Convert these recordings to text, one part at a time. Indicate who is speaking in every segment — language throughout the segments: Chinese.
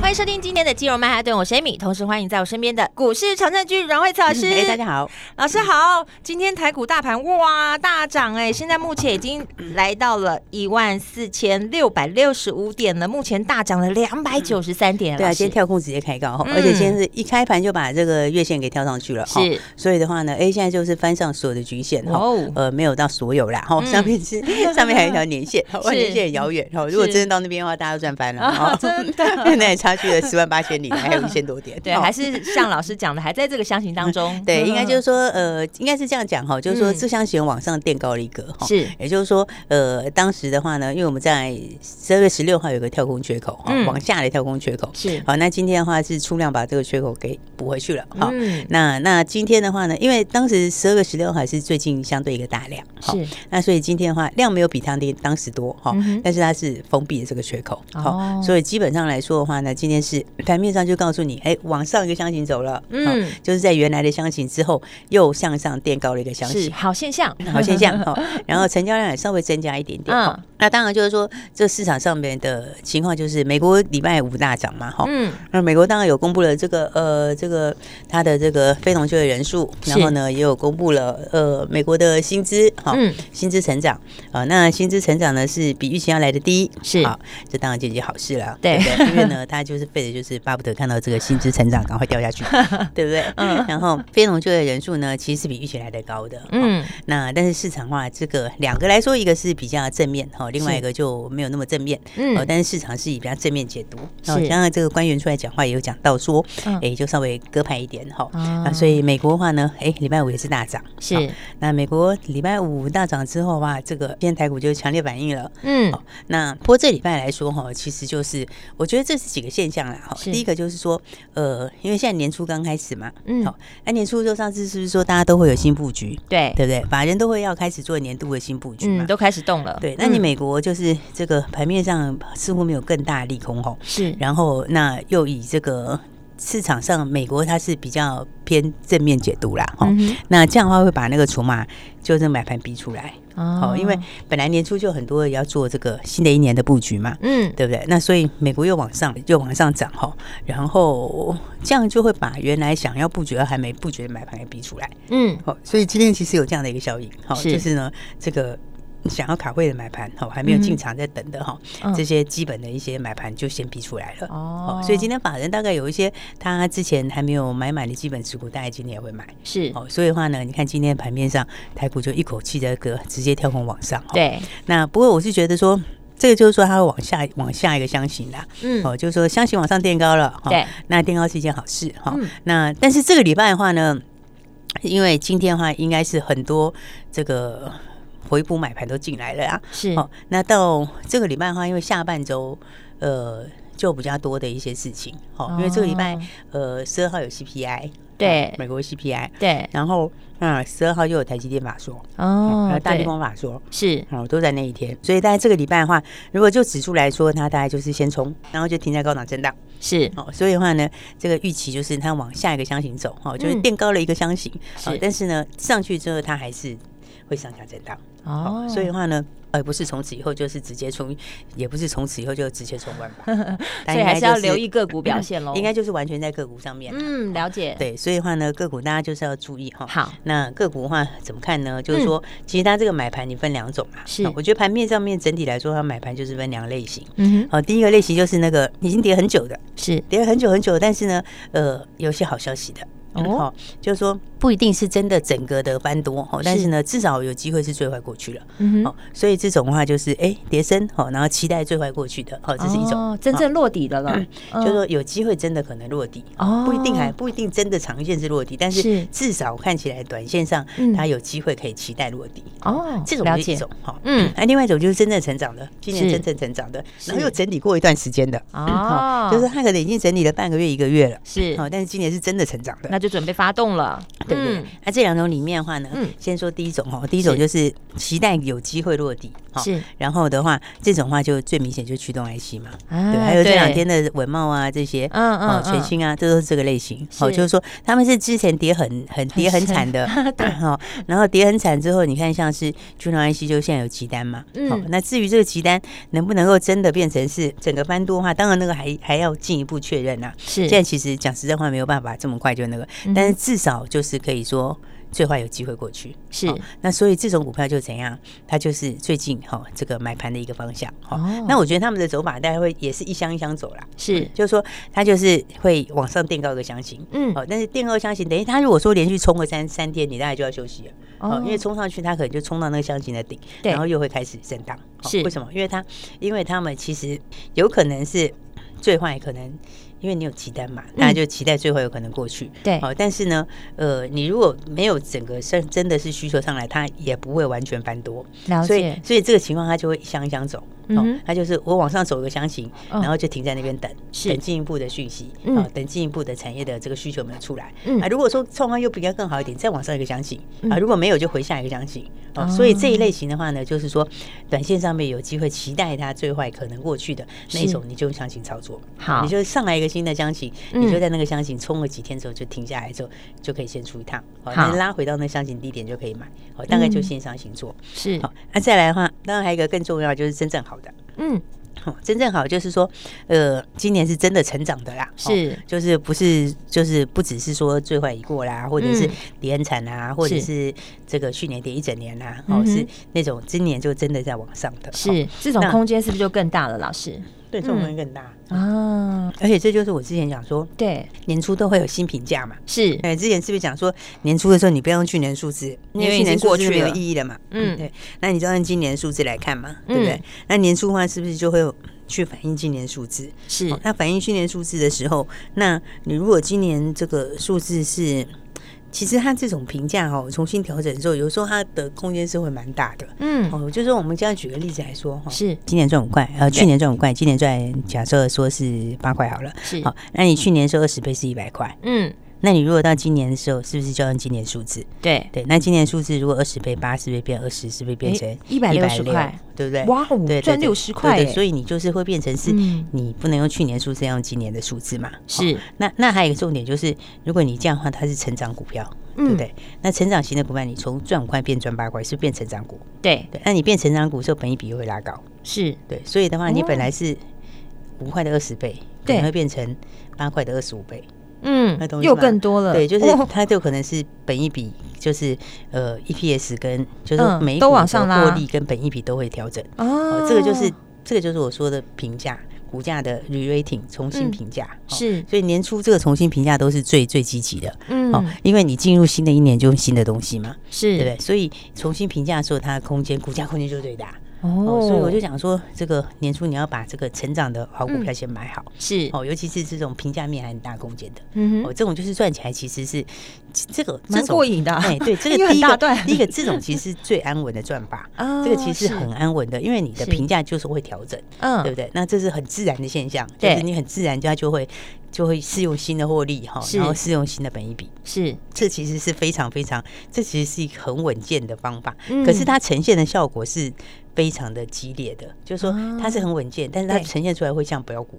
Speaker 1: 欢迎收听今天的金融曼哈顿，我是 Amy，同时欢迎在我身边的股市常胜军阮惠慈老师。
Speaker 2: 哎、大家好，
Speaker 1: 老师好，今天台股大盘哇大涨哎、现在目前已经来到了一万四千六百六十五点了，目前大涨了两百九十三点。
Speaker 2: 对啊，
Speaker 1: 哎老
Speaker 2: 今天
Speaker 1: 师
Speaker 2: 跳空直接开高哈，
Speaker 1: 嗯
Speaker 2: 而且今天是一开盘就把这个月线给跳上去了哈，
Speaker 1: 是
Speaker 2: 所以的话呢，哎，现在就是翻上所有的局限
Speaker 1: 哇
Speaker 2: 哈
Speaker 1: 哦，
Speaker 2: 呃，没有到所有啦哈，
Speaker 1: 嗯
Speaker 2: 上面是 上面还有一条 年线，哇，
Speaker 1: 是
Speaker 2: 年线很遥远哈，如果
Speaker 1: 是
Speaker 2: 真的到那边的话，大家都赚翻了
Speaker 1: 啊
Speaker 2: 哈，
Speaker 1: 真
Speaker 2: 那也差距了十万八千里，还有一千多点，
Speaker 1: 对，
Speaker 2: 哈
Speaker 1: 还是像老师讲的，还在这个箱型当中。
Speaker 2: 对，应该就是是说，呃，应该是这样讲哈，就是说
Speaker 1: 嗯
Speaker 2: 这箱险往上垫高了一格哈，
Speaker 1: 是
Speaker 2: 也就是说，呃，当时的话呢，因为我们在十二月十六号有个跳空缺口哈，
Speaker 1: 嗯
Speaker 2: 往下的跳空缺口
Speaker 1: 是
Speaker 2: 好，那今天的话是出量把这个缺口给补回去了哈。
Speaker 1: 嗯
Speaker 2: 那那今天的话呢，因为当时十二月十六号是最近相对一个大量，好
Speaker 1: 是
Speaker 2: 那所以今天的话量没有比当天当时多哈
Speaker 1: 嗯哼，
Speaker 2: 但是它是封闭的这个缺口，
Speaker 1: 哦
Speaker 2: 好，所以基本上来说的话呢，今天是盘面上就告诉你，哎，往上一个箱型走了，
Speaker 1: 嗯
Speaker 2: 嗯，就是在原来的箱型之后又向上垫高了一个箱
Speaker 1: 是
Speaker 2: 型。
Speaker 1: 好现象，
Speaker 2: 好现象 哈，然后成交量也稍微增加一点点。
Speaker 1: 嗯
Speaker 2: 哈那当然就是说，这市场上面的情况就是美国礼拜五大涨嘛，哈，
Speaker 1: 嗯
Speaker 2: 那美国当然有公布了这个呃这个它的这个非农就业人数，
Speaker 1: 是
Speaker 2: 然后呢也有公布了呃美国的薪资哈、
Speaker 1: 嗯
Speaker 2: 薪资成长啊、呃那薪资成长呢是比预期要来的低，
Speaker 1: 是
Speaker 2: 好，这当然就是一件好事了，
Speaker 1: 对
Speaker 2: 不对？因为呢 他就是费的就是巴不得看到这个薪资成长赶快掉 下去，对不对？
Speaker 1: 嗯
Speaker 2: 然后非农就业人数呢其实是比预期来的高的，嗯。
Speaker 1: 嗯
Speaker 2: 那但是市场化这个两个来说，一个是比较正面哈，另外
Speaker 1: 是
Speaker 2: 一个就没有那么正面。哦，
Speaker 1: 嗯
Speaker 2: 但是市场是以比较正面解读，然后
Speaker 1: 是
Speaker 2: 加上这个官员出来讲话也有讲到说，
Speaker 1: 嗯
Speaker 2: 哎、就稍微鸽派一点哈。
Speaker 1: 啊
Speaker 2: 呃那所以美国的话呢，哎、礼拜五也是大涨。好
Speaker 1: 是
Speaker 2: 那美国礼拜五大涨之后哇，这个今天台股就强烈反应了。
Speaker 1: 嗯
Speaker 2: 好那不过这礼拜来说哈，其实就是我觉得这是几个现象啦哈。
Speaker 1: 是
Speaker 2: 第一个就是说，呃，因为现在年初刚开始嘛，
Speaker 1: 嗯
Speaker 2: 好，那年初的时候上次是不是说大家都会有新布局，
Speaker 1: 对
Speaker 2: 对不对？法人都会要开始做年度的新布局嘛
Speaker 1: 嗯，都开始动了。
Speaker 2: 对，那你
Speaker 1: 嗯
Speaker 2: 美国就是这个盘面上似乎没有更大的利空吼，
Speaker 1: 是
Speaker 2: 然后那又以这个市场上美国它是比较偏正面解读啦吼，
Speaker 1: 嗯哼
Speaker 2: 那这样的话会把那个筹码就是买盘逼出来，哦，因为本来年初就很多人要做这个新的一年的布局嘛。
Speaker 1: 嗯
Speaker 2: 对不对？那所以美国又往上，又往上涨吼，然后这样就会把原来想要布局而还没布局的买盘给逼出来。
Speaker 1: 嗯
Speaker 2: 好、所以今天其实有这样的一个效应，好、
Speaker 1: 是
Speaker 2: 就是呢，这个想要卡位的买盘，好、还没有
Speaker 1: 嗯哼
Speaker 2: 进场在等的哈、
Speaker 1: 嗯
Speaker 2: 这些基本的一些买盘就先逼出来了。
Speaker 1: 哦
Speaker 2: 哦，，所以今天法人大概有一些他之前还没有买满的基本持股，大概今天也会买。
Speaker 1: 是
Speaker 2: 哦，所以的话呢，你看今天盘面上台股就一口气的个直接跳空往上。哦，
Speaker 1: 对，
Speaker 2: 那不过我是觉得说，这个就是说它会往下往下一个箱型啦。
Speaker 1: 嗯
Speaker 2: 哦，就是说箱型往上垫高了。哦
Speaker 1: 对，
Speaker 2: 那垫高是一件好事哈、
Speaker 1: 嗯
Speaker 2: 那但是这个礼拜的话呢，因为今天的话应该是很多这个回补买盘都进来了啊。
Speaker 1: 是
Speaker 2: 哦，那到这个礼拜的话，因为下半周呃就比较多的一些事情哦，因为这个礼拜、
Speaker 1: 哦
Speaker 2: 呃十二号有 CPI，
Speaker 1: 对
Speaker 2: 哦美国 CPI，
Speaker 1: 对
Speaker 2: 然后啊十二号又有台积电法说，
Speaker 1: 哦
Speaker 2: 还有大地
Speaker 1: 对
Speaker 2: 方法说。
Speaker 1: 是
Speaker 2: 哦，都在那一天，所以大概这个礼拜的话，如果就指数来说，它大概就是先冲，然后就停在高档震荡。
Speaker 1: 是
Speaker 2: 哦，所以的话呢，这个预期就是它往下一个箱型走，哦，就是
Speaker 1: 嗯
Speaker 2: 垫高了一个箱型，哦
Speaker 1: 是
Speaker 2: 但是呢，上去之后它还是会上下震荡，
Speaker 1: 哦，
Speaker 2: 所以的话呢。呃，不是从此以后就是直接冲，也不是从此以后就直接冲万 吧，
Speaker 1: 所
Speaker 2: 但
Speaker 1: 以
Speaker 2: 应该
Speaker 1: 还是要
Speaker 2: 就是嗯
Speaker 1: 留意个股表现喽。
Speaker 2: 应该就是完全在个股上面。
Speaker 1: 嗯了解
Speaker 2: 对，所以的话呢，个股大家就是要注意哈。
Speaker 1: 好嗯
Speaker 2: 那个股的话怎么看呢？就是说，其实它这个买盘你分两种嘛。
Speaker 1: 是
Speaker 2: 哦我觉得盘面上面整体来说，它买盘就是分两类型。
Speaker 1: 嗯哼
Speaker 2: 哦，第一个类型就是那个已经跌很久的，
Speaker 1: 是
Speaker 2: 跌了很久很久，但是呢，呃，有些好消息的
Speaker 1: 哦
Speaker 2: 嗯就是说不一定是真的整个的翻多哦，但是呢，至少有机会是最坏过去了。
Speaker 1: 嗯哼，
Speaker 2: 哦，所以这种的话就是哎跌升哦，然后期待最坏过去的哦，这是一种
Speaker 1: 哦真
Speaker 2: 哦
Speaker 1: 正落底的了，嗯
Speaker 2: 就是说有机会真的可能落地
Speaker 1: 哦
Speaker 2: 不一定还不一定真的长线是落地，但
Speaker 1: 是
Speaker 2: 是至少看起来短线上
Speaker 1: 嗯
Speaker 2: 它有机会可以期待落地。
Speaker 1: 哦
Speaker 2: 这种
Speaker 1: 了
Speaker 2: 是一
Speaker 1: 解
Speaker 2: 种哈，
Speaker 1: 嗯
Speaker 2: 嗯，那另外一种就是真正成长的，今年
Speaker 1: 是
Speaker 2: 真正成长的，
Speaker 1: 是
Speaker 2: 然后又整理过一段时间的，嗯
Speaker 1: 哦
Speaker 2: 就是它可能已经整理了半个月、一个月了，
Speaker 1: 是
Speaker 2: 哦，但是今年是真的成长的，
Speaker 1: 那就准备发动了，
Speaker 2: 啊对不对
Speaker 1: 嗯？
Speaker 2: 那这两种里面的话呢
Speaker 1: 嗯，
Speaker 2: 先说第一种哦，第一种就是期待有机会落地，哦
Speaker 1: 是，
Speaker 2: 然后的话，这种话就最明显就是驱动 IC 嘛，
Speaker 1: 哎
Speaker 2: 对，还有这两天，的文茂啊这些，
Speaker 1: 嗯嗯
Speaker 2: 哦，
Speaker 1: 嗯
Speaker 2: 全新啊，这都是这个类型。哦，
Speaker 1: 是
Speaker 2: 就是说他们是之前跌很很跌很
Speaker 1: 惨
Speaker 2: 惨的，哦，然后跌很惨之后，你看像是 Juno IC 就现在有急单嘛，
Speaker 1: 嗯
Speaker 2: 哦，那至于这个急单能不能够真的变成是整个翻多的话，当然那个还还要进一步确认啊。
Speaker 1: 是
Speaker 2: 现在其实讲实在话没有办法这么快就那个，
Speaker 1: 嗯哼
Speaker 2: 但是至少就是可以说。最坏有机会过去，
Speaker 1: 是
Speaker 2: 哦那所以这种股票就怎样？它就是最近哈、哦、这个买盘的一个方向哈、
Speaker 1: 哦
Speaker 2: 那我觉得他们的走法大概会也是一箱一箱走啦，
Speaker 1: 是，
Speaker 2: 就是说它就是会往上垫高一个箱型。
Speaker 1: 嗯
Speaker 2: 哦，但是垫高箱型，等于它如果说连续冲个三三天，你大概就要休息了哦，因为冲上去它可能就冲到那个箱型的顶，
Speaker 1: 对
Speaker 2: 然后又会开始震荡。哦
Speaker 1: 是
Speaker 2: 为什么？因为它因为他们其实有可能是最坏，可能因为你有期待嘛，大家就期待最坏有可能过去。
Speaker 1: 嗯对
Speaker 2: 哦，但是呢，呃，你如果没有整个真真的是需求上来，它也不会完全翻多。
Speaker 1: 了
Speaker 2: 所以
Speaker 1: 解，
Speaker 2: 所以这个情况它就会一箱一箱走，
Speaker 1: 嗯
Speaker 2: 哦
Speaker 1: 哼，
Speaker 2: 它就是我往上走一个箱型，
Speaker 1: 嗯
Speaker 2: 然后就停在那边等，
Speaker 1: 是
Speaker 2: 等进一步的讯息，
Speaker 1: 嗯
Speaker 2: 啊，等进一步的产业的这个需求有没有出来
Speaker 1: 嗯，
Speaker 2: 啊，如果说状况又比较更好一点，再往上一个箱型，
Speaker 1: 嗯
Speaker 2: 啊，如果没有就回下一个箱型，
Speaker 1: 哦
Speaker 2: 哦，所以这一类型的话呢，就是说短线上面有机会期待它最坏可能过去的那一种，你就用箱型操作，
Speaker 1: 好
Speaker 2: 你就上来一个新的箱型，
Speaker 1: 嗯
Speaker 2: 你就在那个箱型冲了几天之后就停下来之后，就可以先出一趟，好，
Speaker 1: 好
Speaker 2: 那拉回到那箱型低点就可以买，哦，大概就
Speaker 1: 嗯
Speaker 2: 线上型做。
Speaker 1: 是
Speaker 2: 好、，那、再来的话，当然还有一个更重要就是真正好的。
Speaker 1: 嗯
Speaker 2: 哦真正好就是说，呃，今年是真的成长的啦，哦
Speaker 1: 是
Speaker 2: 就是不是就是不只是说最坏已过啦，或者是
Speaker 1: 嗯
Speaker 2: 跌很惨啊，或者
Speaker 1: 是
Speaker 2: 是这个去年跌一整年啦、
Speaker 1: 嗯
Speaker 2: 哦，
Speaker 1: 哼
Speaker 2: 是那种今年就真的在往上的，哦
Speaker 1: 是，嗯这种
Speaker 2: 那
Speaker 1: 空间是不是就更大了，老师
Speaker 2: 对，这种会更大。
Speaker 1: 啊？
Speaker 2: 而且这就是我之前讲说，
Speaker 1: 对，
Speaker 2: 年初都会有新评价嘛。
Speaker 1: 是，
Speaker 2: 哎，之前是不是讲说年初的时候你不要用去年数字，
Speaker 1: 因为已
Speaker 2: 去
Speaker 1: 经
Speaker 2: 年
Speaker 1: 过
Speaker 2: 数字是
Speaker 1: 去
Speaker 2: 没有
Speaker 1: 了
Speaker 2: 意义的嘛？
Speaker 1: 嗯
Speaker 2: 对。那你就按今年数字来看嘛，对不
Speaker 1: 嗯
Speaker 2: 对？那年初的话是不是就会有去反映今年数字？
Speaker 1: 是
Speaker 2: 哦那反映去年数字的时候，那你如果今年这个数字是，其实它这种评价哦，重新调整之后，有时候它的空间是会蛮大的。
Speaker 1: 嗯
Speaker 2: 哦，就说我们这样举个例子来说哈，
Speaker 1: 是
Speaker 2: 今年赚五块，呃，去年赚五块，今年赚假设说是八块好了，
Speaker 1: 是
Speaker 2: 好，那你去年说二十倍是一百块，
Speaker 1: 嗯
Speaker 2: 那你如果到今年的时候，是不是就用今年数字？
Speaker 1: 对，
Speaker 2: 对，那今年数字如果二十倍八，是不是变二十？是不是变成
Speaker 1: 160
Speaker 2: 160
Speaker 1: 块？
Speaker 2: 对不对？
Speaker 1: 哇哦
Speaker 2: 对对
Speaker 1: 赚
Speaker 2: 对
Speaker 1: 60块
Speaker 2: 对
Speaker 1: 耶
Speaker 2: 对，所以你就是会变成是
Speaker 1: 嗯
Speaker 2: 你不能用去年数字，要用今年的数字嘛？
Speaker 1: 是
Speaker 2: 哦那那还有一个重点就是，如果你这样的话，它是成长股票，对
Speaker 1: 嗯
Speaker 2: 不对？那成长型的股票，你从赚五块变赚八块，是不是变成长股。
Speaker 1: 对
Speaker 2: 对，那你变成长股的时候，本益比会拉高。
Speaker 1: 是
Speaker 2: 对，所以的话，你本
Speaker 1: 哦
Speaker 2: 来是五块的二十倍，可
Speaker 1: 对
Speaker 2: 能会变成八块的二十五倍。
Speaker 1: 嗯
Speaker 2: 那东西
Speaker 1: 又
Speaker 2: 嘛
Speaker 1: 更多了，
Speaker 2: 对，就是
Speaker 1: 哦
Speaker 2: 它就可能是本一比，就是呃 EPS 跟就是
Speaker 1: 嗯
Speaker 2: 每一
Speaker 1: 都
Speaker 2: 股
Speaker 1: 往
Speaker 2: 的
Speaker 1: 上拉
Speaker 2: 获利跟本一比都会调整。
Speaker 1: 哦
Speaker 2: 哦，这个就是这个就是我说的评价股价的 re-rating 重新
Speaker 1: 嗯
Speaker 2: 评价、哦
Speaker 1: 是
Speaker 2: 所以年初这个重新评价都是最最积极的。
Speaker 1: 嗯
Speaker 2: 哦，因为你进入新的一年就用新的东西嘛，对
Speaker 1: 是
Speaker 2: 不对？所以重新评价的时候，它的空间股价空间就最大。
Speaker 1: 哦
Speaker 2: 哦，所以我就想说，这个年初你要把这个成长的好股票先买好、
Speaker 1: 嗯是
Speaker 2: 哦，尤其是这种评价面还很大空间的。
Speaker 1: 嗯
Speaker 2: 哦，
Speaker 1: 哼
Speaker 2: 这种就是赚起来其实是其这个
Speaker 1: 蛮
Speaker 2: 这种
Speaker 1: 过瘾的啊
Speaker 2: 哎，对，这
Speaker 1: 因
Speaker 2: 个
Speaker 1: 为很
Speaker 2: 第一
Speaker 1: 大
Speaker 2: 个
Speaker 1: 段
Speaker 2: 第一个这种其实是最安稳的赚法。
Speaker 1: 啊
Speaker 2: 这个其实
Speaker 1: 是
Speaker 2: 是很安稳的，因为你的
Speaker 1: 是
Speaker 2: 评价就是会调整，
Speaker 1: 嗯
Speaker 2: 对不对？那这是很自然的现象，就
Speaker 1: 对
Speaker 2: 是你很自然，它就会就会适用新的获利哈，
Speaker 1: 是
Speaker 2: 然后适用新的本益比，
Speaker 1: 是
Speaker 2: 这其实是非常非常，这其实是一个很稳健的方法。
Speaker 1: 嗯
Speaker 2: 可是它呈现的效果是非常的激烈的，就是说
Speaker 1: 啊
Speaker 2: 它是很稳健，但是它
Speaker 1: 对
Speaker 2: 呈现出来会像标股，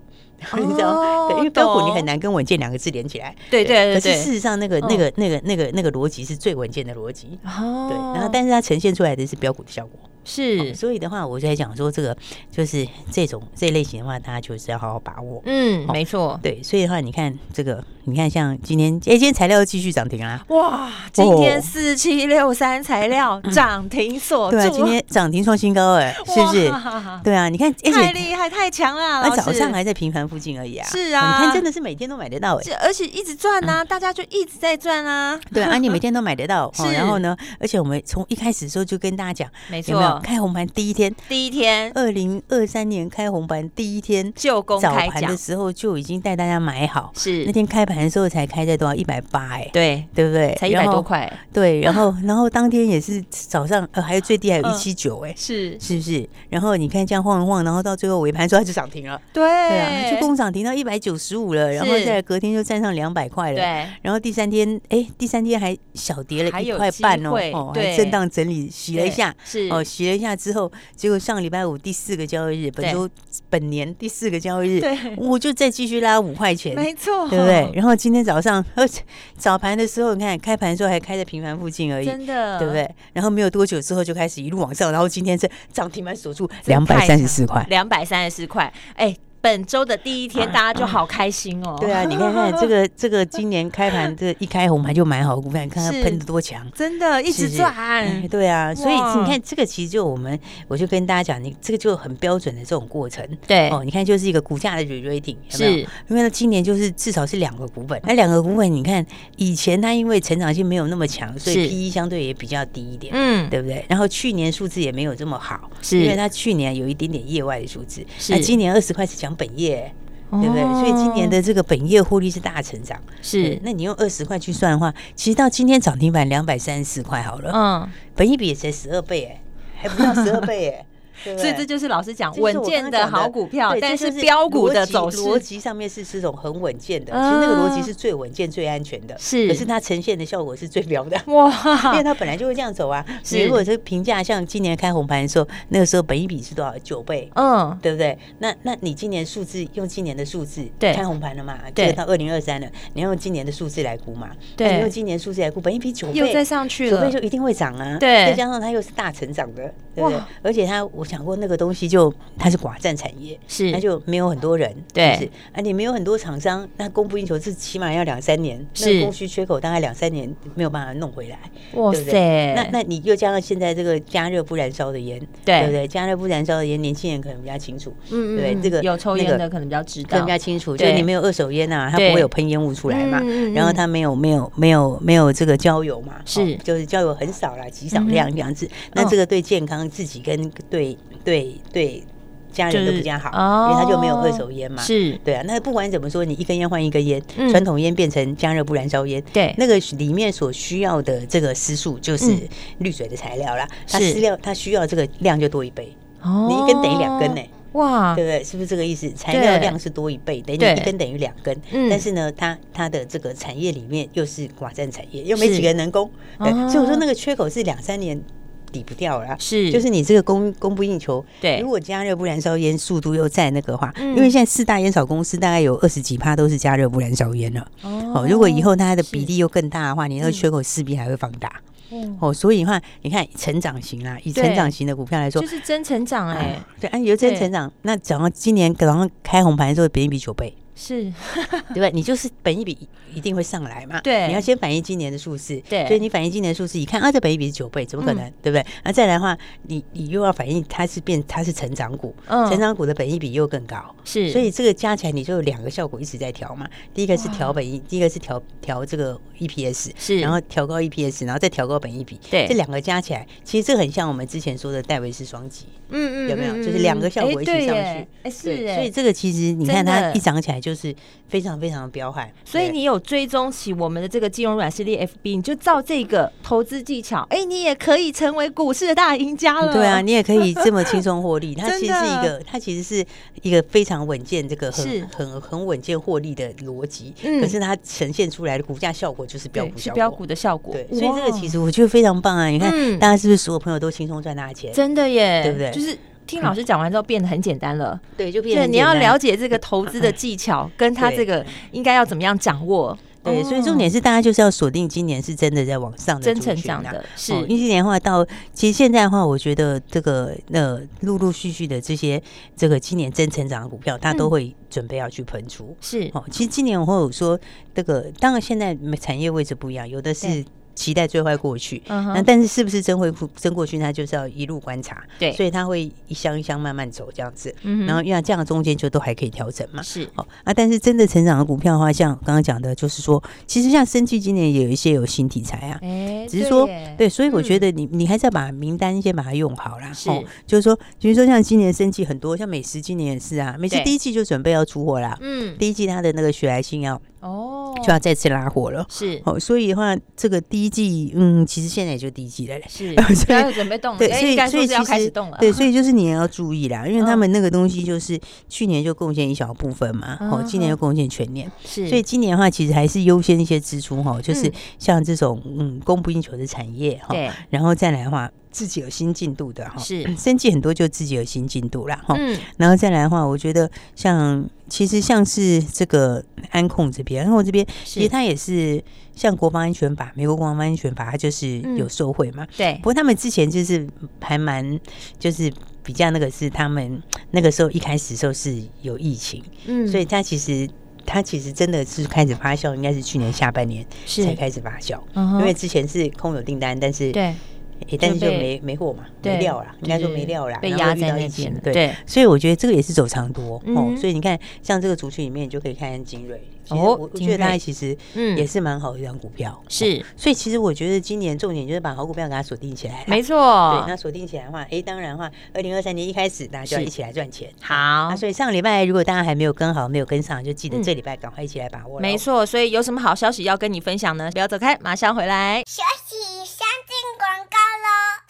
Speaker 1: 哦
Speaker 2: 你知道吗？对，因为标股你
Speaker 1: 懂
Speaker 2: 很难跟稳健两个字连起来。
Speaker 1: 对对对
Speaker 2: 可
Speaker 1: 对嗯
Speaker 2: 是事实上，那个、那个、那个、那个、那个逻辑是最稳健的逻辑。
Speaker 1: 哦
Speaker 2: 对，然后但是它呈现出来的是标股的效果。哦
Speaker 1: 是，
Speaker 2: 所以的话，我在讲说这个就是这种这类型的话，大家就是要好好把握。
Speaker 1: 嗯，
Speaker 2: 好
Speaker 1: 没错，
Speaker 2: 对，所以的话，你看这个，你看像今天，哎，今天材料继续涨停啊啦，
Speaker 1: 哇，今
Speaker 2: 哦
Speaker 1: 天四七六三材 料涨停锁住，
Speaker 2: 对啊，今天涨停创新高，哎，是 不是？
Speaker 1: 哦哇
Speaker 2: 对啊，你看，而
Speaker 1: 太
Speaker 2: 且
Speaker 1: 厉害，太强了，
Speaker 2: 那
Speaker 1: 老师
Speaker 2: 哎早上还在平盘附近而已啊，
Speaker 1: 是
Speaker 2: 哇
Speaker 1: 啊
Speaker 2: 你看真的是每天都买得到，哎，
Speaker 1: 这而且一直赚
Speaker 2: 嗯
Speaker 1: 啊，大家就一直在赚啊，
Speaker 2: 对啊，啊你每天都买得到，
Speaker 1: 是
Speaker 2: 哦然后呢，而且我们从一开始的时候就跟大家讲，
Speaker 1: 没
Speaker 2: 有没有
Speaker 1: 错，
Speaker 2: 开红盘第一天，
Speaker 1: 第一天
Speaker 2: 二零二三年开红盘第一天
Speaker 1: 就公
Speaker 2: 早
Speaker 1: 开
Speaker 2: 盘
Speaker 1: 讲
Speaker 2: 的时候就已经带大家买好，那
Speaker 1: 是，
Speaker 2: 天开盘的时候才开在多少一百八，哎，
Speaker 1: 对，
Speaker 2: 对不对？
Speaker 1: 才一百
Speaker 2: 然后
Speaker 1: 多块，
Speaker 2: 对，然后然后当天也是早上，呃，还有最低还有
Speaker 1: 嗯
Speaker 2: 一七九，哎，
Speaker 1: 是，
Speaker 2: 是不是？然后你看这样晃一晃，然后到最后尾盘说它就涨停了，对啊，就
Speaker 1: 对，
Speaker 2: 共涨停到一百九十五了，然后
Speaker 1: 是
Speaker 2: 再来隔天就站上两百块了。
Speaker 1: 对，
Speaker 2: 然后第三天，哎，第三天还小跌
Speaker 1: 还
Speaker 2: 了一
Speaker 1: 有
Speaker 2: 块半
Speaker 1: 机
Speaker 2: 哦
Speaker 1: 会，
Speaker 2: 哦，
Speaker 1: 对
Speaker 2: 还震荡整理洗了一下，
Speaker 1: 是，
Speaker 2: 哦，洗了一下之后，结果上礼拜五第四个交易日，本
Speaker 1: 对
Speaker 2: 周本年第四个交易日，
Speaker 1: 对，
Speaker 2: 我就再继续拉五块钱，
Speaker 1: 没错，
Speaker 2: 对不对？？然后今天早上， 呃，早盘的时候，你看开盘的时候还开在平盘附近而已，
Speaker 1: 真的，
Speaker 2: 对不？对？然后没有多久之后就开始一路往上，然后今天是涨停板锁住
Speaker 1: 真
Speaker 2: 两
Speaker 1: 的
Speaker 2: 百
Speaker 1: 太
Speaker 2: 三十四块。
Speaker 1: 两百三十四块，哎，本周的第一天大家就好开心哦，
Speaker 2: 对啊，你看看这个这个今年开盘这一开红盘就买好股票，你看
Speaker 1: 是
Speaker 2: 它喷的多强。
Speaker 1: 真的一
Speaker 2: 是
Speaker 1: 直
Speaker 2: 是哎
Speaker 1: 赚，
Speaker 2: 对啊，所以
Speaker 1: 哇
Speaker 2: 你看这个其实就我们，我就跟大家讲，你这个就很标准的这种过程。
Speaker 1: 对
Speaker 2: 哦，你看就是一个股价的 re-rating，有没有
Speaker 1: 哎是，
Speaker 2: 因为它今年就是至少是两个股本，那两个股本你看以前它因为成长性没有那么强，所
Speaker 1: 是
Speaker 2: 以 P E 相对也比较低一点。
Speaker 1: 嗯，
Speaker 2: 对不对？然后去年数字也没有这么好，
Speaker 1: 是
Speaker 2: 因为它去年有一点点业外的数字，
Speaker 1: 是
Speaker 2: 那今年二十块是讲本业，对不对？
Speaker 1: 哦
Speaker 2: 所以今年的这个本业获利是大成长。对
Speaker 1: 是，
Speaker 2: 那你用二十块去算的话，其实到今天涨停板两百三十四块好了，
Speaker 1: 嗯，
Speaker 2: 本益比也才十二倍哎、还不到十二 倍哎、对不
Speaker 1: 所
Speaker 2: 对
Speaker 1: 以这就是老师讲
Speaker 2: 这就是
Speaker 1: 稳
Speaker 2: 我
Speaker 1: 健
Speaker 2: 刚刚
Speaker 1: 的
Speaker 2: 讲
Speaker 1: 好股票，
Speaker 2: 对
Speaker 1: 但
Speaker 2: 这
Speaker 1: 是
Speaker 2: 就是
Speaker 1: 标股的
Speaker 2: 逻辑
Speaker 1: 走
Speaker 2: 逻
Speaker 1: 势
Speaker 2: 辑上面是这种很稳健的，
Speaker 1: 啊
Speaker 2: 其实那个逻辑是最稳健、最安全的，
Speaker 1: 是
Speaker 2: 可是它呈现的效果是最妙的。 因为
Speaker 1: 哇，
Speaker 2: 它本来就会这样走啊。
Speaker 1: 是
Speaker 2: 你如果是评价像今年开红盘的时候，那个时候本一比是多少？九倍。
Speaker 1: 嗯，
Speaker 2: 对不对？那那你今年数字用今年的数字
Speaker 1: 对
Speaker 2: 开红盘了嘛？
Speaker 1: 对
Speaker 2: 这个到二零二三了，你要用今年的数字来估嘛？
Speaker 1: 对
Speaker 2: 那你用今年数字来估，本一比九
Speaker 1: 又再
Speaker 2: 倍，
Speaker 1: 上去
Speaker 2: 九
Speaker 1: 了
Speaker 2: 倍，就一定会涨啊。
Speaker 1: 对
Speaker 2: 再加上它又是大成长的，对不对
Speaker 1: 哇？
Speaker 2: 而且它，我想过那个东西就它是寡占产业，
Speaker 1: 是
Speaker 2: 那就没有很多人，
Speaker 1: 对
Speaker 2: 是不是啊，你没有很多厂商，那供不应求，这起码要两三年，那
Speaker 1: 是
Speaker 2: 个供需缺口大概两三年没有办法弄回来。
Speaker 1: 哇
Speaker 2: 对不对
Speaker 1: 塞，
Speaker 2: 那那你又加上现在这个加热不燃烧的烟，
Speaker 1: 对
Speaker 2: 不对？加热不燃烧的烟，年轻人可能比较清楚，
Speaker 1: 嗯
Speaker 2: 对这个
Speaker 1: 有抽
Speaker 2: 那
Speaker 1: 烟
Speaker 2: 个
Speaker 1: 的可能比较知
Speaker 2: 可能
Speaker 1: 道
Speaker 2: 比，较清楚，就
Speaker 1: 对
Speaker 2: 是你没有二手烟啊，它
Speaker 1: 对
Speaker 2: 不会有喷烟雾出来嘛
Speaker 1: 嗯嗯嗯，
Speaker 2: 然后它没有没有没有没有这个焦油嘛，
Speaker 1: 是
Speaker 2: 哦就是焦油很少啦，极少
Speaker 1: 嗯
Speaker 2: 量这样子。那这个对健康自己跟对对对家人都比较好，
Speaker 1: 哦
Speaker 2: 因为它就没有二手烟嘛。
Speaker 1: 是
Speaker 2: 对啊，那不管怎么说，你一根烟换一根烟，
Speaker 1: 嗯
Speaker 2: 传统烟变成加热不燃烧烟，
Speaker 1: 对
Speaker 2: 那个里面所需要的这个丝素就是
Speaker 1: 嗯
Speaker 2: 滤水的材料啦，它
Speaker 1: 是
Speaker 2: 饲料它需要这个量就多一倍，
Speaker 1: 哦
Speaker 2: 你一根等于两根呢、
Speaker 1: 哇，
Speaker 2: 对不对？是不是这个意思？材
Speaker 1: 对
Speaker 2: 料量是多一倍，等于
Speaker 1: 对
Speaker 2: 你一根等于两根
Speaker 1: 嗯，
Speaker 2: 但是呢，它它的这个产业里面又是寡占产业，又没
Speaker 1: 是
Speaker 2: 几个人能供，对
Speaker 1: 哦，
Speaker 2: 所以我说那个缺口是两三年抵不掉啦。
Speaker 1: 是
Speaker 2: 就是你这个供供不应求，
Speaker 1: 对
Speaker 2: 如果加热不燃烧烟速度又在那个话，
Speaker 1: 嗯
Speaker 2: 因为现在四大烟草公司大概有二十几趴都是加热不燃烧烟了。哦，如果以后它的比例又更大的话，你
Speaker 1: 嗯
Speaker 2: 那个缺口势必还会放大。
Speaker 1: 哦
Speaker 2: 哦，所以的话，你看成长型啦，以
Speaker 1: 对
Speaker 2: 成长型的股票来说啊
Speaker 1: 就，是真成长哎，
Speaker 2: 嗯对，按由真
Speaker 1: 对
Speaker 2: 成长，那讲到今年早上开红盘的时候，本益比 九倍，
Speaker 1: 是
Speaker 2: 对吧？你就是本益比一定会上来嘛，
Speaker 1: 对
Speaker 2: 你要先反映今年的数字，
Speaker 1: 对嗯
Speaker 2: 所以你反映今年的数字，一看啊，这本益比是九倍，怎么可能，对不对？那再来的话，你你又要反映它是变它是成长股，
Speaker 1: 嗯
Speaker 2: 成长股的本益比又更高，
Speaker 1: 是，
Speaker 2: 所以这个加起来你就有两个效果一直在调嘛，第一个是调本益，第一个是调调这个 EPS，
Speaker 1: 是
Speaker 2: 然后调高 EPS，然后再调高本益比，
Speaker 1: 对
Speaker 2: 这两个加起来，其实这很像我们之前说的戴维斯双击。
Speaker 1: 嗯
Speaker 2: 有没有就是两个效果一起上去
Speaker 1: 哎对耶哎是
Speaker 2: 对，
Speaker 1: 哎，
Speaker 2: 所以这个其实你看
Speaker 1: 真
Speaker 2: 它
Speaker 1: 的
Speaker 2: 一涨起来就是非常非常的彪悍，
Speaker 1: 所以
Speaker 2: 对
Speaker 1: 你有追踪起我们的这个金融软实力 FB，你就照这个投资技巧，哎、你也可以成为股市的大赢家了。
Speaker 2: 对啊，，你也可以这么轻松 获利。它
Speaker 1: 真
Speaker 2: 其实是
Speaker 1: 的
Speaker 2: 一个，它其实是一个非常稳健，这个
Speaker 1: 是
Speaker 2: 很很很稳健获利的逻辑。
Speaker 1: 嗯
Speaker 2: 可是它呈现出来的股价效果就是标
Speaker 1: 对
Speaker 2: 股
Speaker 1: 是
Speaker 2: 效
Speaker 1: 标
Speaker 2: 果
Speaker 1: 股。的效果。
Speaker 2: 对，所以这个其
Speaker 1: 实
Speaker 2: 实我觉得非常棒啊！你看
Speaker 1: 嗯，
Speaker 2: 大家是不是所有朋友都轻松赚大钱？
Speaker 1: 真的耶，
Speaker 2: 对不对
Speaker 1: 就是听老师讲完之后变得很简单了。
Speaker 2: 对，就变
Speaker 1: 对，
Speaker 2: 成
Speaker 1: 你要了
Speaker 2: 解。嗯
Speaker 1: 解这个投资的技巧，跟他这个应该要怎么样掌握。
Speaker 2: 对，所以重点是大家就是要锁定今年是真的在往上的
Speaker 1: 哦真
Speaker 2: 族
Speaker 1: 成
Speaker 2: 群
Speaker 1: 长
Speaker 2: 啊
Speaker 1: 的，是
Speaker 2: 哦，因为今年的话到，其实现在的话，我觉得这个呃，陆陆续续的这些这个今年真成长的股票，它
Speaker 1: 嗯
Speaker 2: 都会准备要去喷出。
Speaker 1: 是
Speaker 2: 哦，其实今年我会有说，这个当然现在产业位置不一样，有的是
Speaker 1: 对
Speaker 2: 期待最坏过去，
Speaker 1: 嗯
Speaker 2: 那
Speaker 1: 哼，
Speaker 2: 但是是不是真会真过去，那就是要一路观察。
Speaker 1: 对
Speaker 2: 所以它会一箱一箱慢慢走这样子，
Speaker 1: 嗯
Speaker 2: 然
Speaker 1: 哼
Speaker 2: 后因为这样中间就都还可以调整嘛。
Speaker 1: 是
Speaker 2: 哦啊，但是真的成长的股票的话，像刚刚讲的，就是说，其实像生技今年也有一些有新题材啊，
Speaker 1: 哎
Speaker 2: 只是说
Speaker 1: 对耶嗯
Speaker 2: 对，所以我觉得你、你还是要把名单先把它用好啦。
Speaker 1: 是
Speaker 2: 就是说，比如说像今年生计很多，像美食今年也是啊，美食
Speaker 1: 对
Speaker 2: 第一季就准备要出货啦，
Speaker 1: 嗯
Speaker 2: 第一季它的那个雪莱新药
Speaker 1: 哦
Speaker 2: 就要再次拉货了。
Speaker 1: 是
Speaker 2: 哦，所以的话，这个第一季，嗯，其实现在也就第一季了嘞。
Speaker 1: 是
Speaker 2: 所以
Speaker 1: 不要准备动了，
Speaker 2: 对，
Speaker 1: 哎
Speaker 2: 所以
Speaker 1: 应该
Speaker 2: 所
Speaker 1: 说是
Speaker 2: 以其
Speaker 1: 要开
Speaker 2: 实
Speaker 1: 始动了，
Speaker 2: 对，所以就是你也要注意啦，因为他
Speaker 1: 嗯
Speaker 2: 们那个东西就是去年就贡献一小部分嘛，哦，今年
Speaker 1: 嗯
Speaker 2: 又贡献全年，
Speaker 1: 是
Speaker 2: 所以今年的话，其实还是优先一些支出哈，就是
Speaker 1: 嗯
Speaker 2: 像这种嗯供不应求的产业哈，
Speaker 1: 对
Speaker 2: 然后再来的话，自己有新进度的哈，
Speaker 1: 是
Speaker 2: 生计很多就自己有新进度啦哈，
Speaker 1: 嗯
Speaker 2: 然后再来的话，我觉得像其实像是这个安控这边，安控这边其实
Speaker 1: 是
Speaker 2: 它也是像国防安全法，美国国防安全法，它就是
Speaker 1: 嗯
Speaker 2: 有受贿嘛。
Speaker 1: 对
Speaker 2: 不过他们之前就是还蛮就是比较那个是他们那个时候一开始的时候是有疫情，
Speaker 1: 嗯
Speaker 2: 所以它其实。它其实真的是开始发酵，应该是去年下半年
Speaker 1: 是嗯
Speaker 2: 才开始发酵，
Speaker 1: 因
Speaker 2: 因为之前是空有订单，但是
Speaker 1: 对
Speaker 2: 诶但是
Speaker 1: 就
Speaker 2: 就
Speaker 1: 被
Speaker 2: 没没货嘛，
Speaker 1: 对
Speaker 2: 没料啦，应该说
Speaker 1: 就是
Speaker 2: 没料啦，
Speaker 1: 被
Speaker 2: 然后
Speaker 1: 压
Speaker 2: 遇
Speaker 1: 在
Speaker 2: 到
Speaker 1: 那
Speaker 2: 疫情
Speaker 1: 边了，
Speaker 2: 对，
Speaker 1: 对
Speaker 2: 所以我觉得这个也是走长多、
Speaker 1: 嗯
Speaker 2: 哦。所以你看，像这个族群里面，你就可以看看精锐。其实
Speaker 1: 哦
Speaker 2: 我我
Speaker 1: 精
Speaker 2: 觉得它
Speaker 1: 锐
Speaker 2: 其实
Speaker 1: 嗯
Speaker 2: 也是蛮好的一张股票。哦
Speaker 1: 是
Speaker 2: 所以其实我觉得今年重点就是把好股票给它锁定起来啦。
Speaker 1: 没
Speaker 2: 对，
Speaker 1: 错
Speaker 2: 那锁定起来的话，哎，当然的话，二零二三年一开始大家就要
Speaker 1: 是
Speaker 2: 一起来赚钱。
Speaker 1: 好
Speaker 2: 啊，。所以上礼拜如果大家还没有跟好，没有跟上，就记得
Speaker 1: 嗯
Speaker 2: 这礼拜赶快一起来把握咯。
Speaker 1: 没错，所以有什么好消息要跟你分享呢？不要走开，马上回来。
Speaker 3: 起相进广告喽。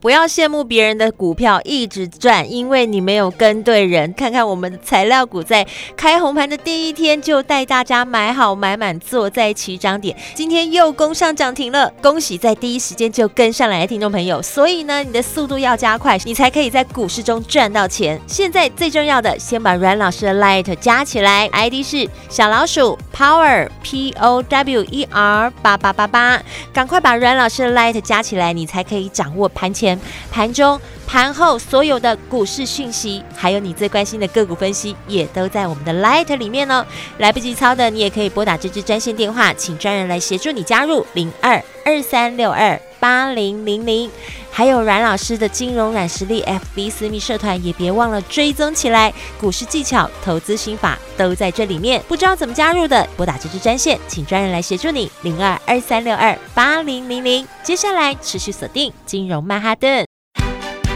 Speaker 1: 不要羡慕别人的股票一直赚，因为你没有跟对人。看看我们的材料股在开红盘的第一天就带大家买好买满，坐在起涨点，今天又攻上涨停了，恭喜在第一时间就跟上来的听众朋友。所以呢，你的速度要加快，你才可以在股市中赚到钱。现在最重要的，先把阮老师的 Light 加起来，ID 是小老鼠 Power P O W E R 八八八八，赶快把阮老师的 Light 加起来，你才可以掌握盘前盘中、盘后所有的股市讯息，还有你最关心的个股分析，也都在我们的 Light 里面哦。来不及抄的，你也可以拨打这支专线电话，请专人来协助你加入零二二三六二八零零零。还有阮老师的金融软实力 FB 私密社团，也别忘了追踪起来。股市技巧、投资心法都在这里面。不知道怎么加入的，拨打这支专线，请专人来协助你。零二二三六二八零零零。接下来持续锁定金融曼哈顿。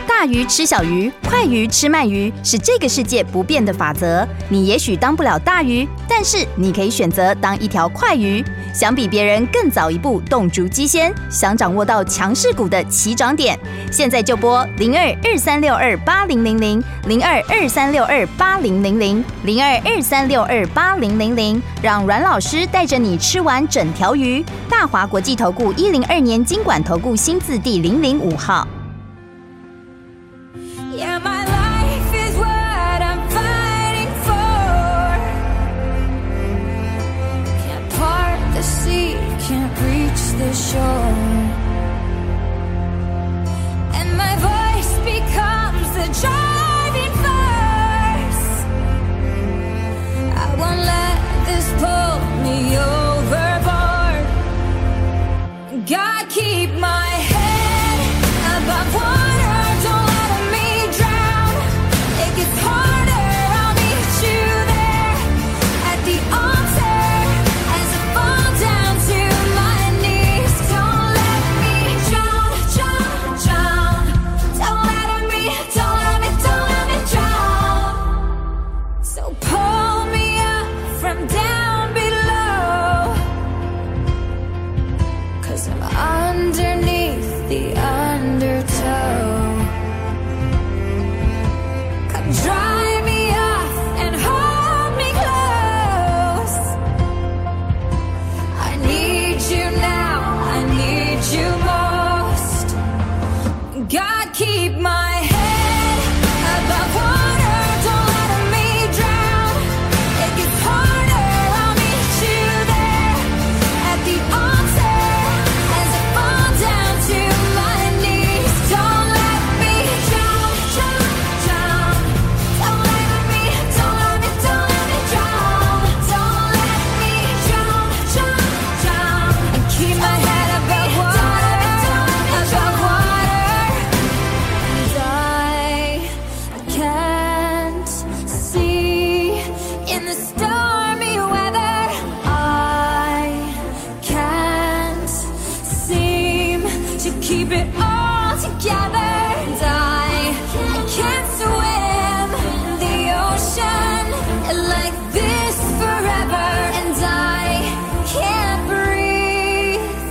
Speaker 4: 大鱼吃小鱼，快鱼吃慢鱼，是这个世界不变的法则。你也许当不了大鱼，但是你可以选择当一条快鱼。想比别人更早一步动足机先，想掌握到强势股的起涨点，现在就拨零二二三六二八零零零零二二三六二八零零零零二二三六二八零零零，让阮老师带着你吃完整条鱼。大华国际投顾一零二年经管投顾新字第零零五号。
Speaker 5: Yeah, my life is what I'm fighting for. Can't part the sea, can't reach the shore. And my voice becomes the driving force. I won't let this pull me overboard. God keep my head above water, don't let me drown. It gets harder, I'll meet you there at the altar as I fall down to my knees. Don't let me keep it all together. And I, I can't swim in the ocean like this forever. And I can't breathe.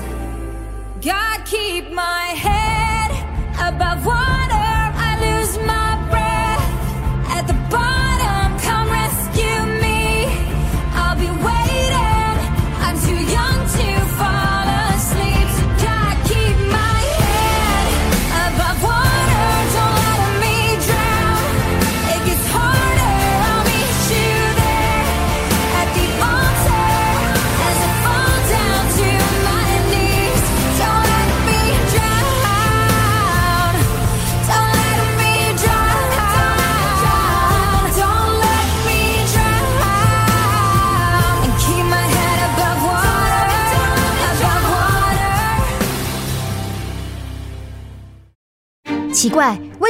Speaker 5: God keep my head above water. I lose my breath at the bottom. Come rescue me. I'll be waiting. I'm too young to fall asleep. So God keep my head above water. Don't let me drown. It gets harder. I'll meet you there at the altar as I fall down to my knees. Don't let me drown. Don't let me drown. Don't let me drown. And keep my head above water. Above water.
Speaker 4: 奇怪，为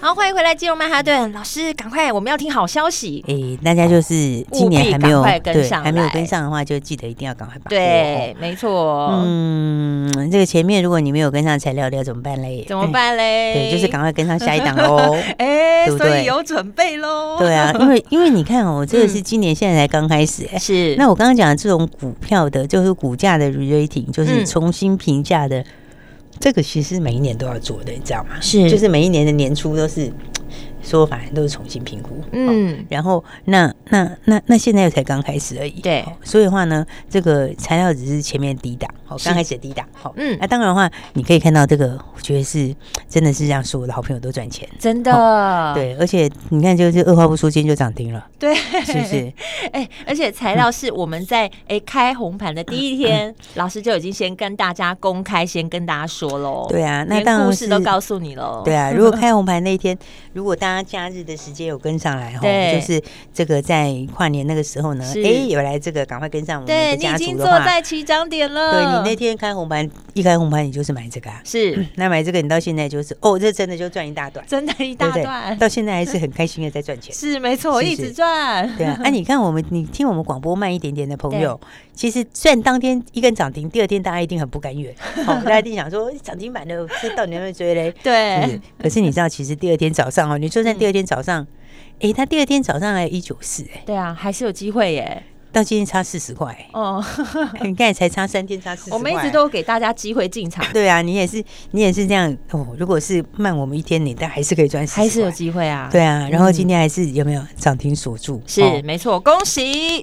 Speaker 1: 好，欢迎回来，金融曼哈顿老师，赶快，我们要听好消息。
Speaker 2: 诶、大家就是今
Speaker 1: 务
Speaker 2: 年
Speaker 1: 必
Speaker 2: 还没有
Speaker 1: 赶快跟
Speaker 2: 对
Speaker 1: 上
Speaker 2: 还没有
Speaker 1: 来
Speaker 2: 跟上的话，就记得一定要赶快把握哦
Speaker 1: 对，。没错。
Speaker 2: 嗯，这个前面如果你没有跟上材料，要怎么办嘞？哎
Speaker 1: 怎么办嘞？
Speaker 2: 对，就是赶快跟上下一档 喽。
Speaker 1: 哎、
Speaker 2: 对不
Speaker 1: 所
Speaker 2: 对
Speaker 1: 以有准备喽。
Speaker 2: 对啊，因为因为你看哦，这个是今年现在才刚开始、哎
Speaker 1: 嗯是
Speaker 2: 那我刚刚讲的这种股票的，就是股价的 rating，就是
Speaker 1: 嗯
Speaker 2: 重新评价的，这个其实每一年都要做的，你知道吗？
Speaker 1: 是
Speaker 2: 就是每一年的年初都是说法都是重新评估，哦
Speaker 1: 嗯，
Speaker 2: 然后那那那那现在又才刚开始而已，
Speaker 1: 对
Speaker 2: 哦所以的话呢，这个材料只是前面低档，好、
Speaker 1: 是
Speaker 2: 刚开始的低档，好、
Speaker 1: 嗯
Speaker 2: 那、当然的话，你可以看到这个，我觉得是真的是让所有的好朋友都赚钱，
Speaker 1: 真的，
Speaker 2: 对，而且你看，就是二话不说，今天就涨停 了，
Speaker 1: 对，
Speaker 2: 是 不是？
Speaker 1: 哎、而且材料是我们在哎、开红盘的第一 天，老师就已经先跟大家公开，先跟大家说喽。
Speaker 2: 对啊那
Speaker 1: 连
Speaker 2: 当然
Speaker 1: 故事都
Speaker 2: 是
Speaker 1: 告诉你喽。
Speaker 2: 对啊，如果开红盘那一天，如果大家假日的时间有跟上来哈，
Speaker 1: 对
Speaker 2: 就是这个在跨年那个时候呢，
Speaker 1: 是
Speaker 2: 哎，有来这个赶快跟上我们
Speaker 1: 对
Speaker 2: 的
Speaker 1: 你已
Speaker 2: 家
Speaker 1: 经
Speaker 2: 族
Speaker 1: 坐
Speaker 2: 的话，
Speaker 1: 在起涨点了。
Speaker 2: 对你那天开红盘，一开红盘你就是买这个啊，
Speaker 1: 是
Speaker 2: 那买这个你到现在就是哦，这真的就赚一大段，
Speaker 1: 真的一
Speaker 2: 对
Speaker 1: 大
Speaker 2: 不对
Speaker 1: 段，。
Speaker 2: 到现在还是很开心的在赚钱
Speaker 1: 是没错，
Speaker 2: 是
Speaker 1: 一
Speaker 2: 是
Speaker 1: 直赚。
Speaker 2: 对啊，那、你看我们，你听我们广播慢一点点的朋友，其实虽然当天一根涨停，第二天大家一定很 不甘愿，哦，大家一定想说涨停板的，这到底有没有追嘞？
Speaker 1: 对嗯
Speaker 2: 是 可是你知道，其实第二天早上哦，你就算第二天早上，诶，他第二天早上还有一九四，哎，
Speaker 1: 对啊，还是有机会耶。
Speaker 2: 到今天差四十块， 哎
Speaker 1: 哦，
Speaker 2: 你看才差三天差四十，
Speaker 1: 我们一直。都给大家机会进场，
Speaker 2: 对啊，你也是，你也是这样哦。如果是慢我们一天，你但还是可以赚40块，
Speaker 1: 还是有机会啊。
Speaker 2: 对啊。然后今天还是有没有涨停锁住？
Speaker 1: 是、
Speaker 2: 哦
Speaker 1: 没错，恭喜。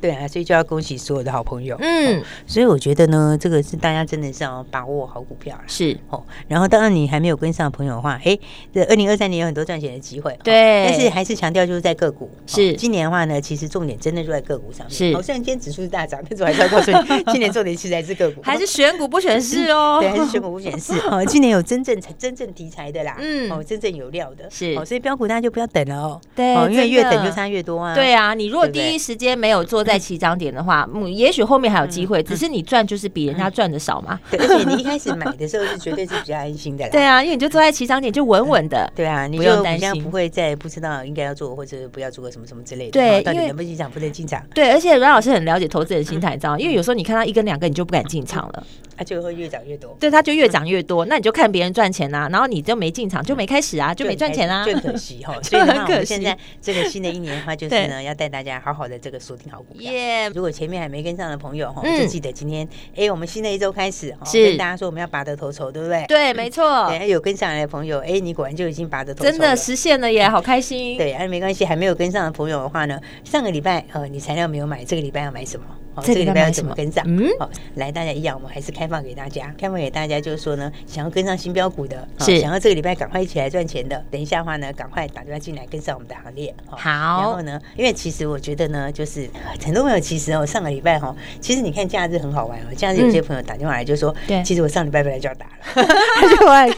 Speaker 2: 对啊，所以就要恭喜所有的好朋友。哦
Speaker 1: 嗯，
Speaker 2: 所以我觉得呢，这个是大家真的是要把握好股票啦。
Speaker 1: 是
Speaker 2: 哦，然后当然你还没有跟上的朋友的话，哎，这二零二三年有很多赚钱的机会，哦
Speaker 1: 对
Speaker 2: 但是还是强调就是在个股。哦
Speaker 1: 是
Speaker 2: 今年的话呢，其实重点真的就在个股上面。
Speaker 1: 是
Speaker 2: 好、虽然今天指数是大涨，但是我还是要告诉你， 今年重点其实还是个股，
Speaker 1: 还是选股不选市哦。
Speaker 2: 对，还是选股不 选市。哦，今年有真正真正题材的啦，
Speaker 1: 嗯
Speaker 2: 哦，真正有料的，
Speaker 1: 是
Speaker 2: 哦，所以标股大家就不要等了哦，
Speaker 1: 对
Speaker 2: 哦，因为
Speaker 1: 真
Speaker 2: 越
Speaker 1: 的
Speaker 2: 等就差越多啊，
Speaker 1: 对啊，你如果
Speaker 2: 对不对
Speaker 1: 第一时间没有坐在起涨点的话，嗯，也许后面还有机会，只是你赚就是比人家赚的少嘛。
Speaker 2: 对，而且你一开始买的时候是绝对是比较安心的 啦。
Speaker 1: 对啊，因为你就坐在起涨点就稳稳的。
Speaker 2: 对啊，你
Speaker 1: 不用
Speaker 2: 就
Speaker 1: 担
Speaker 2: 比较
Speaker 1: 心
Speaker 2: 不会再不知道应该要做或者不要做什么什么之类的。
Speaker 1: 对
Speaker 2: 哦到底
Speaker 1: 因为
Speaker 2: 能不能进场，不能进场，
Speaker 1: 对，而且阮老师很了解投资人的心态，你知道吗？因为有时候你看到一根两根，你就不敢进场了。
Speaker 2: 它啊就会越涨越多。
Speaker 1: 对，它就越涨越多，那你就看别人赚钱啊，然后你就没进场，就没开始啊，就没赚钱啊
Speaker 2: 就。很可惜 哈。
Speaker 1: 就
Speaker 2: 所以
Speaker 1: 很
Speaker 2: 的话，我
Speaker 1: 可
Speaker 2: 们
Speaker 1: 惜
Speaker 2: 现在这个新的一年的话，就是
Speaker 1: 对
Speaker 2: 呢，要带大家好好的这个锁定好股票。
Speaker 1: 耶，
Speaker 2: 如果前面还没跟上的朋友哈，
Speaker 1: 嗯
Speaker 2: 就记得今天哎，我们新的一周开始哈，
Speaker 1: 是
Speaker 2: 跟大家说我们要拔得头筹，对不对？。
Speaker 1: 对，没错，
Speaker 2: 对，有跟上来的朋友，哎，你果然就已经拔得头筹了。
Speaker 1: 真的实现了耶，好开心。
Speaker 2: 对，啊，没关系，还没有跟上的朋友的话呢，上个礼拜呃，你材料没有买，这个礼拜要买什么？哦
Speaker 1: 这个礼拜买
Speaker 2: 要怎
Speaker 1: 什么
Speaker 2: 么跟上？
Speaker 1: 嗯
Speaker 2: 好、来，大家一样，我们还是开放给大家，开放给大家，就是说呢，想要跟上新标股的，哦
Speaker 1: 是
Speaker 2: 想要这个礼拜赶快一起来赚钱的，等一下的话呢，赶快打电话进来跟上我们的行列。哦然
Speaker 1: 好
Speaker 2: 后，呢，因为其实我觉得呢，就是很多朋友其实哦，上个礼拜哦，其实你看假日很好玩哦，假日有些
Speaker 1: 嗯
Speaker 2: 朋友打电话来就说，
Speaker 1: 对
Speaker 2: 其实我上礼拜本来就要打了，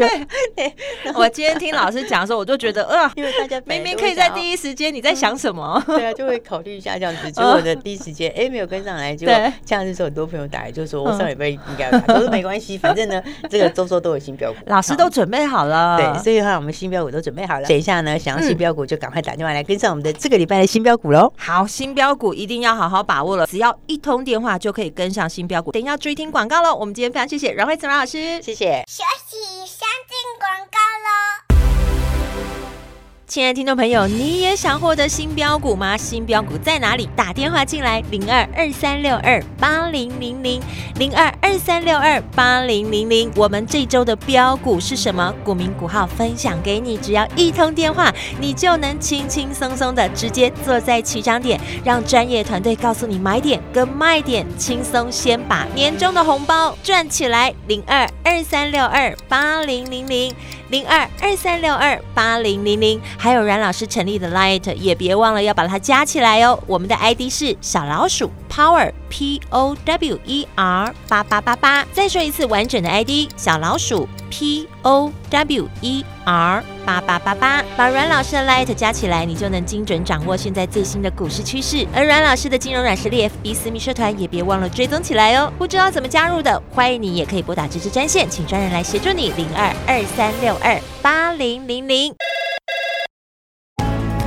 Speaker 1: 我今天听老师讲的时候，我就觉得，呃，
Speaker 2: 因为大家
Speaker 1: 明明可以在
Speaker 2: 一。
Speaker 1: 第一时间，你在想什么？
Speaker 2: 对啊，就会考虑一下这样 子。结果呢，第一时间哎没有跟上来，就
Speaker 1: 嗯对
Speaker 2: 这样子，很多朋友打来就说我
Speaker 1: 嗯
Speaker 2: 上礼拜应该有打，我说没关系，反 正呢，这个周周都有新标股，
Speaker 1: 老师都准备好了，嗯
Speaker 2: 对，所以的话我们新标股都准备好了。等一下呢，想要新标股就赶快打电话来跟上我们的这个礼拜的新标股喽。
Speaker 1: 好，新标股一定要好好把握了，只要一通电话就可以跟上新标股。等一下注意听广告喽。我们今天非常谢谢阮慧慈阮老师，
Speaker 2: 谢谢。
Speaker 3: 学习先进广告喽。
Speaker 1: 亲爱的听众朋友，你也想获得新标股吗？新标股在哪里？打电话进来，零二二三六二八零零零，零二二三六二八零零零。我们这周的标股是什么？股民股号分享给你，只要一通电话，你就能轻轻松松的直接坐在起涨点，让专业团队告诉你买点跟卖点，轻松先把年终的红包赚起来。零二二三六二八零零零。零二二三六二八零零零，还有阮老师成立的 Light，也别忘了要把它加起来哦。我们的 ID 是小老鼠 Power P O W E R 八八八八。再说一次完整的 ID，小老鼠 P O W E R 八八八八。把阮老师的 Light 加起来，你就能精准掌握现在最新的股市趋势。而阮老师的金融软实力 FB 私密社团也别忘了追踪起来哦。不知道怎么加入的，欢迎你也可以拨打这支专线，请专人来协助你零二二三六二八零零零。